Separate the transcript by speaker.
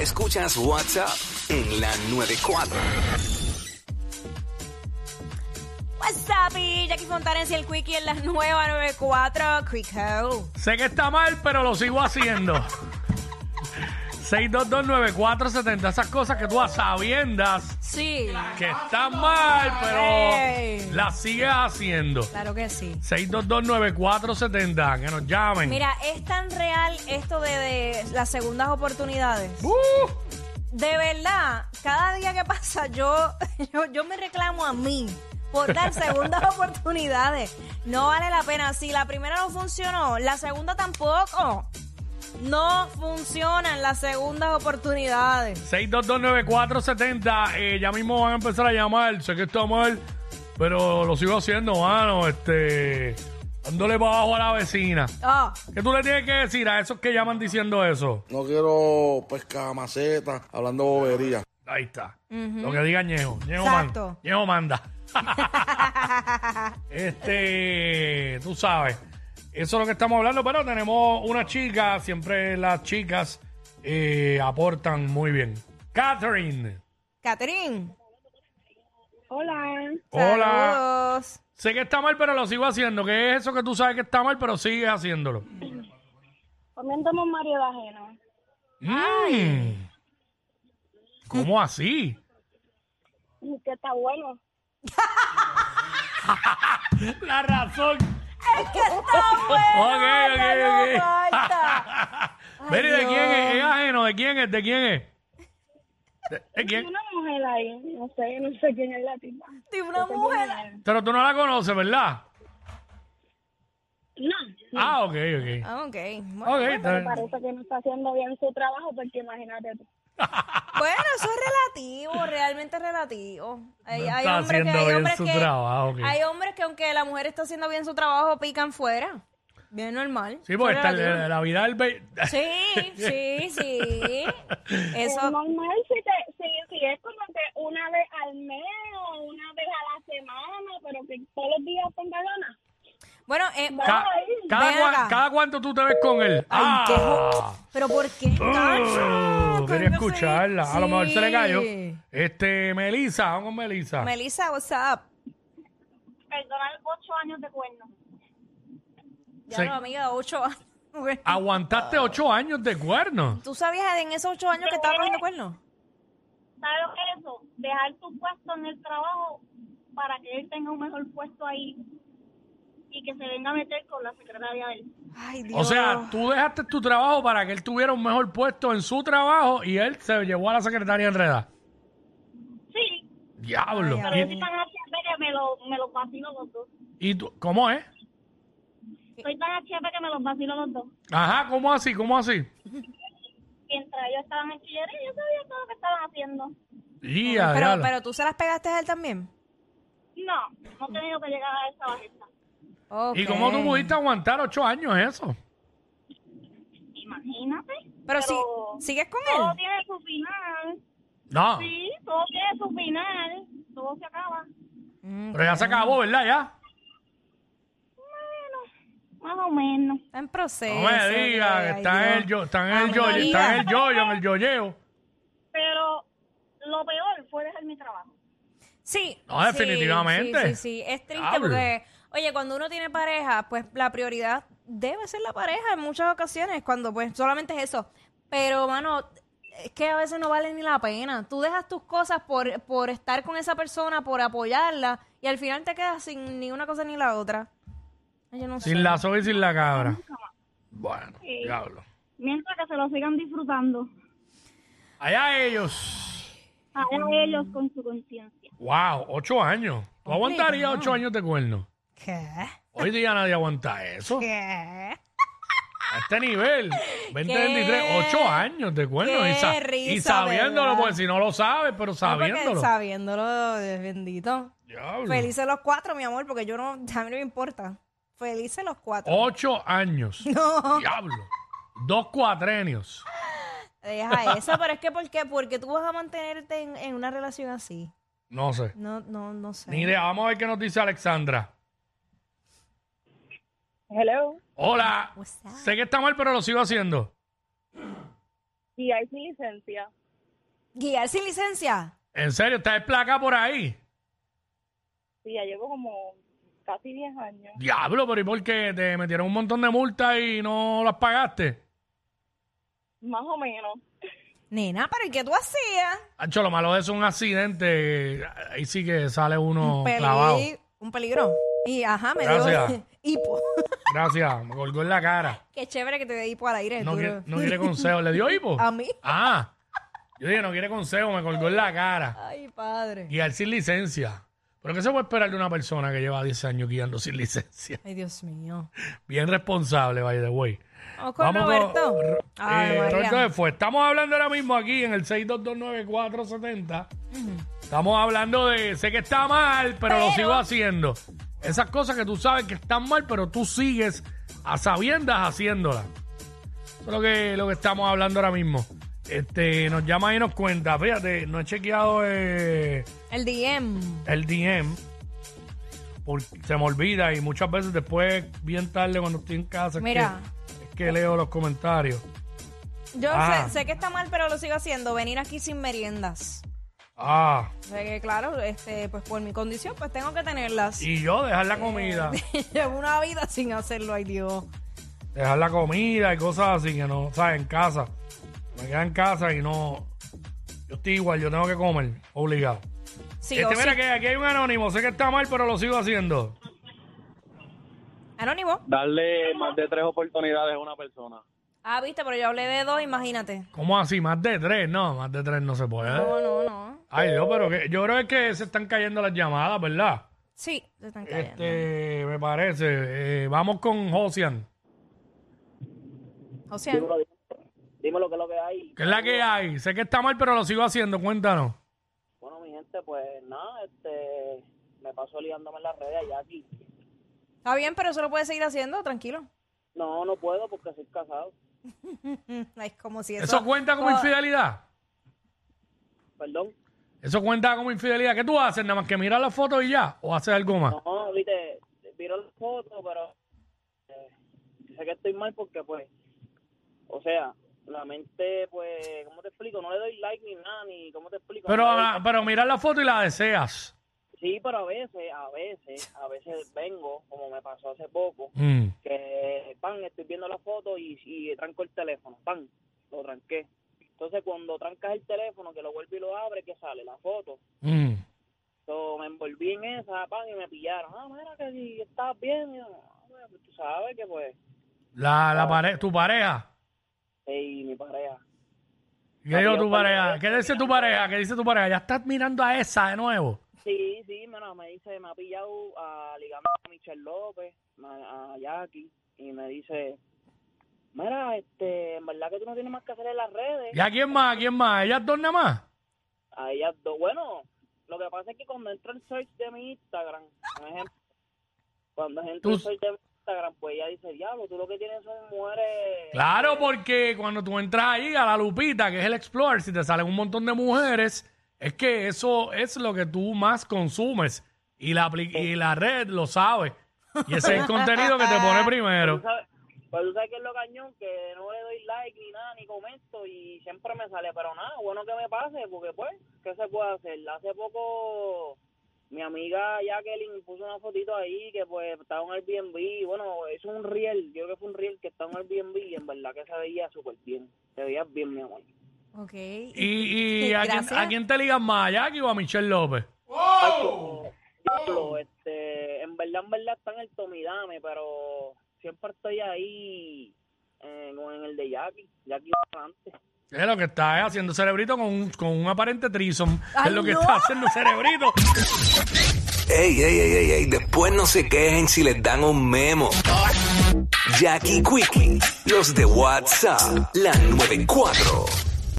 Speaker 1: Escuchas WhatsApp en la 94.
Speaker 2: WhatsApp y Jackie Fontanes y el Quickie en la nueva 94. Quicko.
Speaker 3: Sé que está mal, pero lo sigo haciendo. 6229470, esas cosas que tú a sabiendas
Speaker 2: Sí.
Speaker 3: que están mal,
Speaker 2: Ey.
Speaker 3: pero las sigues haciendo.
Speaker 2: Claro que sí.
Speaker 3: 6229470, que nos llamen.
Speaker 2: Mira, es tan real esto de, de las segundas oportunidades.
Speaker 3: Uh,
Speaker 2: De verdad, cada día que pasa yo, yo, yo me reclamo a mí por dar segundas oportunidades. No vale la pena. Si la primera no funcionó, la segunda tampoco. No funcionan las segundas oportunidades.
Speaker 3: 6229470, eh, ya mismo van a empezar a llamar. Sé que está mal, pero lo sigo haciendo, mano. Este, dándole para abajo a la vecina.
Speaker 2: Ah,
Speaker 3: ¿Qué tú le tienes que decir a esos que llaman diciendo eso?
Speaker 4: No quiero pescar maceta, hablando bobería.
Speaker 3: Ahí está. Lo que diga Ñejo. Ñejo,
Speaker 2: Exacto.
Speaker 3: manda. Ñejo manda. este, tú sabes. Eso es lo que estamos hablando, pero tenemos una chica. Siempre las chicas eh, aportan muy bien. Catherine.
Speaker 2: Catherine.
Speaker 5: Hola,
Speaker 3: Hola.
Speaker 2: saludos.
Speaker 3: Sé que está mal, pero lo sigo haciendo. ¿Qué es eso que tú sabes que está mal, pero sigues haciéndolo?
Speaker 5: comiéndome un marido ajeno.
Speaker 3: Mm. ¿Cómo así?
Speaker 5: Y Que está bueno.
Speaker 3: La razón.
Speaker 2: Es que está bueno.
Speaker 3: Ok, ok,
Speaker 2: que no
Speaker 3: ok.
Speaker 2: falta.
Speaker 3: Mira, ¿de
Speaker 2: Dios.
Speaker 3: quién es? ¿Es ajeno? ¿De quién es? ¿De quién es? ¿De, de
Speaker 5: Hay
Speaker 3: quién?
Speaker 5: una mujer ahí, no sé, no sé quién es la tipa.
Speaker 2: De una mujer.
Speaker 3: Pero tú no la conoces, ¿verdad?
Speaker 5: No,
Speaker 3: Ah, ok, ok.
Speaker 2: Ah, ok. Bueno,
Speaker 3: Ok, está
Speaker 5: pero
Speaker 3: bien.
Speaker 5: parece que no está haciendo bien su trabajo porque imagínate tú.
Speaker 2: Bueno, eso es relativo, realmente es relativo. Hay,
Speaker 3: No
Speaker 2: hay
Speaker 3: está
Speaker 2: hombres que,
Speaker 3: haciendo
Speaker 2: hay
Speaker 3: bien
Speaker 2: hombres
Speaker 3: su
Speaker 2: que
Speaker 3: trabajo, ok.
Speaker 2: hay hombres que aunque la mujer está haciendo bien su trabajo, pican fuera. Bien normal.
Speaker 3: Sí, porque
Speaker 2: Eso
Speaker 3: está
Speaker 2: es relativo.
Speaker 3: la, la vida del... be-
Speaker 2: Sí, sí, sí.
Speaker 5: Es
Speaker 2: Eso.
Speaker 5: normal si, te, si, si es como que una vez al mes o una vez a la semana, pero que todos los días con galona.
Speaker 2: Bueno, eh,
Speaker 3: Ca- cada,
Speaker 2: Ven
Speaker 3: cua-
Speaker 2: acá.
Speaker 3: cada cuánto tú te ves con él.
Speaker 2: ay,
Speaker 3: Ah.
Speaker 2: qué jo- pero ¿por qué?
Speaker 3: Uh,
Speaker 2: Cacho, coño,
Speaker 3: quería
Speaker 2: sí.
Speaker 3: escucharla. A lo mejor se le cayó.
Speaker 2: Sí.
Speaker 3: Este, Melissa, vamos con Melissa.
Speaker 2: Melissa, what's up?
Speaker 5: Perdonar ocho años de cuerno.
Speaker 2: Ya
Speaker 3: Sí.
Speaker 2: no, amiga, ocho años. Bueno,
Speaker 3: Aguantaste ocho años de cuerno.
Speaker 2: ¿Tú sabías en esos ocho años que estaba cogiendo cuernos?
Speaker 5: ¿Sabes lo que es eso? Dejar tu puesto en el trabajo para que él tenga un mejor puesto ahí y que se venga a meter con la secretaria de él.
Speaker 2: Ay, Dios.
Speaker 3: O sea, tú dejaste tu trabajo para que él tuviera un mejor puesto en su trabajo y él se llevó a la secretaria enredada.
Speaker 5: Sí,
Speaker 3: Diablo.
Speaker 5: pero
Speaker 3: ¿Y-
Speaker 5: yo soy tan HP que me lo, me los vacilo los dos.
Speaker 3: ¿Y, tú, cómo es?
Speaker 5: Soy tan HP que me los vacilo los dos.
Speaker 3: Ajá, ¿cómo así? ¿Cómo así?
Speaker 5: Mientras ellos estaban en chillería, yo sabía todo lo que estaban haciendo.
Speaker 3: Y
Speaker 2: pero,
Speaker 3: diablo.
Speaker 2: pero tú se las pegaste a él también.
Speaker 5: No, no he tenido que llegar a esa bajista.
Speaker 3: ¿Y cómo tú
Speaker 2: Ok.
Speaker 3: pudiste aguantar ocho años eso?
Speaker 5: Imagínate.
Speaker 2: Pero, si sigues con
Speaker 5: Todo
Speaker 2: él.
Speaker 5: tiene su final.
Speaker 3: No,
Speaker 5: Sí, todo tiene su final. Todo se acaba.
Speaker 3: pero ya se acabó, ¿verdad? Ya.
Speaker 5: Más o menos.
Speaker 2: Está en proceso.
Speaker 3: No me digas, que
Speaker 2: ay,
Speaker 3: está en el
Speaker 2: Dios.
Speaker 3: yo, está en el yo,
Speaker 2: Amiga.
Speaker 3: está en el yoyo, en el yoyeo.
Speaker 5: Pero lo peor fue dejar mi trabajo.
Speaker 2: Sí.
Speaker 3: No,
Speaker 2: sí,
Speaker 3: definitivamente.
Speaker 2: Sí, sí, sí. Es triste
Speaker 3: Diablo.
Speaker 2: porque, oye, cuando uno tiene pareja, pues la prioridad debe ser la pareja en muchas ocasiones, cuando pues solamente es eso. Pero, mano, es que a veces no vale ni la pena. Tú dejas tus cosas por, por estar con esa persona, por apoyarla, y al final te quedas sin ni una cosa ni la otra. Ay, Yo no sé.
Speaker 3: Sin la soga y sin la cabra. Bueno, diablo.
Speaker 5: Mientras que se lo sigan disfrutando.
Speaker 3: Allá ellos.
Speaker 5: A ellos con su conciencia.
Speaker 3: Wow, ocho años. ¿Tú aguantarías ocho años de cuerno?
Speaker 2: ¿Qué?
Speaker 3: Hoy día nadie aguanta eso.
Speaker 2: ¿Qué?
Speaker 3: A este nivel. 2023, ocho años de cuerno.
Speaker 2: qué
Speaker 3: y, sa- y
Speaker 2: risa,
Speaker 3: sabiéndolo,
Speaker 2: ¿verdad?
Speaker 3: porque si no lo sabes, pero
Speaker 2: No, porque
Speaker 3: sabiéndolo.
Speaker 2: sabiéndolo, eh, bendito.
Speaker 3: Diablo.
Speaker 2: Felices los cuatro, mi amor, porque yo no, a mí no me importa. Felices los cuatro.
Speaker 3: Ocho años. Diablo. Dos cuatrenios.
Speaker 2: Deja eso, pero es que ¿por qué? Porque tú vas a mantenerte en, en una relación así.
Speaker 3: No sé.
Speaker 2: No, no, no sé.
Speaker 3: Ni idea. Vamos a ver qué nos dice Alexandra.
Speaker 5: Hello.
Speaker 3: Hola.
Speaker 2: What's up?
Speaker 3: Sé que está mal, pero lo sigo haciendo.
Speaker 5: guiar sin licencia.
Speaker 2: ¿Guiar sin licencia?
Speaker 3: ¿En serio? ¿Estás en placa por ahí?
Speaker 5: Sí, ya llevo como casi 10 años.
Speaker 3: Diablo, pero ¿y por qué? ¿Te metieron un montón de multas y no las pagaste?
Speaker 5: Más o menos.
Speaker 2: Nena, ¿pero y qué tú hacías?
Speaker 3: Ancho, lo malo es un accidente. Ahí sí que sale uno
Speaker 2: un, peli-
Speaker 3: clavado.
Speaker 2: un peligro. Y ajá, me
Speaker 3: Gracias.
Speaker 2: dio hipo.
Speaker 3: Gracias, me colgó en la cara.
Speaker 2: Qué chévere que te dé hipo al aire.
Speaker 3: No,
Speaker 2: duro.
Speaker 3: quiere, no quiere consejo. ¿Le dio hipo?
Speaker 2: ¿A mí?
Speaker 3: Ah. Yo dije, no quiere consejo, me colgó en la cara.
Speaker 2: Ay, padre.
Speaker 3: Guiar sin licencia. ¿Pero qué se puede esperar de una persona que lleva 10 años guiando sin licencia?
Speaker 2: Ay, Dios mío.
Speaker 3: Bien responsable, by the way.
Speaker 2: Vamos con Roberto.
Speaker 3: Ro-
Speaker 2: Ay,
Speaker 3: eh,
Speaker 2: María.
Speaker 3: Roberto se fue. Estamos hablando ahora mismo aquí en el 6229470. Estamos hablando de, sé que está mal, pero, lo
Speaker 2: Pero-
Speaker 3: sigo haciendo. Esas cosas que tú sabes que están mal, pero tú sigues a sabiendas haciéndolas. Eso es lo que, lo que estamos hablando ahora mismo. Este, nos llama y nos cuenta. Fíjate, no he chequeado eh,
Speaker 2: El DM.
Speaker 3: el DM. Porque se me olvida y muchas veces después, bien tarde cuando estoy en casa, es que-
Speaker 2: Mira.
Speaker 3: es que leo los comentarios.
Speaker 2: Yo
Speaker 3: Ah.
Speaker 2: sé, sé que está mal, pero lo sigo haciendo. Venir aquí sin meriendas.
Speaker 3: Ah,
Speaker 2: O sea que, claro, este, pues por mi condición, pues tengo que tenerlas.
Speaker 3: y yo dejar la comida,
Speaker 2: Llevo una vida sin hacerlo, ay Dios.
Speaker 3: dejar la comida y cosas así que no, ¿sabes? En casa. Me queda en casa y no. Yo estoy igual, yo tengo que comer, obligado.
Speaker 2: Sí,
Speaker 3: este,
Speaker 2: o
Speaker 3: mira
Speaker 2: sí.
Speaker 3: que aquí hay un anónimo, sé que está mal, pero lo sigo haciendo.
Speaker 2: Anónimo.
Speaker 6: darle más de tres oportunidades a una persona.
Speaker 2: Ah, viste, pero yo hablé de dos, imagínate.
Speaker 3: ¿Cómo así? Más de tres, no, más de tres no se puede.
Speaker 2: No, no, no.
Speaker 3: Ay, Dios, pero que, yo creo que se están cayendo las llamadas, ¿verdad?
Speaker 2: Sí, se están cayendo.
Speaker 3: Este, me parece. Eh, vamos con Josian.
Speaker 2: O sea,
Speaker 7: Dime lo que es lo que hay.
Speaker 3: ¿Qué es la que hay? Sé que está mal, pero lo sigo haciendo, cuéntanos.
Speaker 7: Bueno, mi gente, pues nada, este, me paso liándome en las redes allá aquí.
Speaker 2: está bien, pero eso lo puedes seguir haciendo, tranquilo.
Speaker 7: No, no puedo porque soy casado.
Speaker 2: Es como si eso...
Speaker 3: ¿Eso cuenta como
Speaker 2: Oh,
Speaker 3: infidelidad?
Speaker 7: Perdón.
Speaker 3: Eso cuenta como infidelidad. ¿Qué tú haces? Nada más que mirar la foto y ya. ¿O haces algo más?
Speaker 7: No, viste, viro la foto, pero eh, sé que estoy mal porque, pues, o sea, la mente, pues, ¿cómo te explico? No le doy like ni nada, ni ¿cómo te explico?
Speaker 3: Pero,
Speaker 7: No le doy
Speaker 3: ah, pero mirar la foto y la deseas.
Speaker 7: Sí, pero a veces, a veces, a veces vengo, como me pasó hace poco,
Speaker 3: Mm.
Speaker 7: que pan, estoy viendo la foto y, y tranco el teléfono, pan, lo tranqué. Entonces cuando trancas el teléfono, que lo vuelve y lo abre, que sale la foto.
Speaker 3: Mm.
Speaker 7: So, me envolví en esa, pan, y me pillaron. Ah, mira, que si estás bien, y yo, "Ah, bueno, pues tú sabes que pues,
Speaker 3: La, la pare- tu pareja.
Speaker 7: y mi pareja.
Speaker 3: ¿Qué dijo
Speaker 7: yo
Speaker 3: tu
Speaker 7: cuando
Speaker 3: pareja?
Speaker 7: veo
Speaker 3: ¿Qué
Speaker 7: que
Speaker 3: dice tu
Speaker 7: miran-
Speaker 3: pareja? ¿Qué dice tu pareja? Ya estás mirando a esa de nuevo.
Speaker 7: Sí, sí, mira, me dice, me ha pillado a ligando a Michelle López, a, a Jackie, y me dice, mira, este, en verdad que tú no tienes más que hacer en las redes.
Speaker 3: ¿Y a quién más? ¿A quién más? ¿Ellas dos nada más?
Speaker 7: A ellas dos. Bueno, lo que pasa es que cuando entro el search de mi Instagram, un ejemplo, cuando entro
Speaker 3: Tú-
Speaker 7: el search de mi Instagram, pues ella dice, diablo, tú lo que tienes son mujeres.
Speaker 3: Claro, porque cuando tú entras ahí a la lupita, que es el Explorer, si te salen un montón de mujeres, es que eso es lo que tú más consumes. Y la, apli- y la red lo sabe. Y ese es el contenido que te pone
Speaker 7: Pero
Speaker 3: primero.
Speaker 7: tú sabes, pero tú sabes que es lo cañón, que no le doy like ni nada, ni comento, y siempre me sale, pero nada, bueno que me pase, porque pues, ¿qué se puede hacer? Hace poco mi amiga Jacqueline puso una fotito ahí que pues estaba en Airbnb, bueno, es un reel, yo creo que fue un reel que estaba en Airbnb y en verdad que se veía súper bien, se veía bien, mi amor.
Speaker 2: Ok.
Speaker 3: ¿Y, y a, quién,
Speaker 2: Gracias.
Speaker 3: a quién te ligas más? ¿A Jackie o a Michelle López?
Speaker 7: Diablo, este, en verdad, en verdad está en el Tomidame, pero siempre estoy ahí eh, con en el de Jackie, Jackie antes.
Speaker 3: Es lo que está eh, haciendo Cerebrito con un, con un aparente trison.
Speaker 2: ¡Ay,
Speaker 3: Es lo que
Speaker 2: no!
Speaker 3: está haciendo Cerebrito.
Speaker 1: Ey, ey, ey, ey, ey, después no se quejen si les dan un memo. Jackie Quickie, los de WhatsApp, la 94.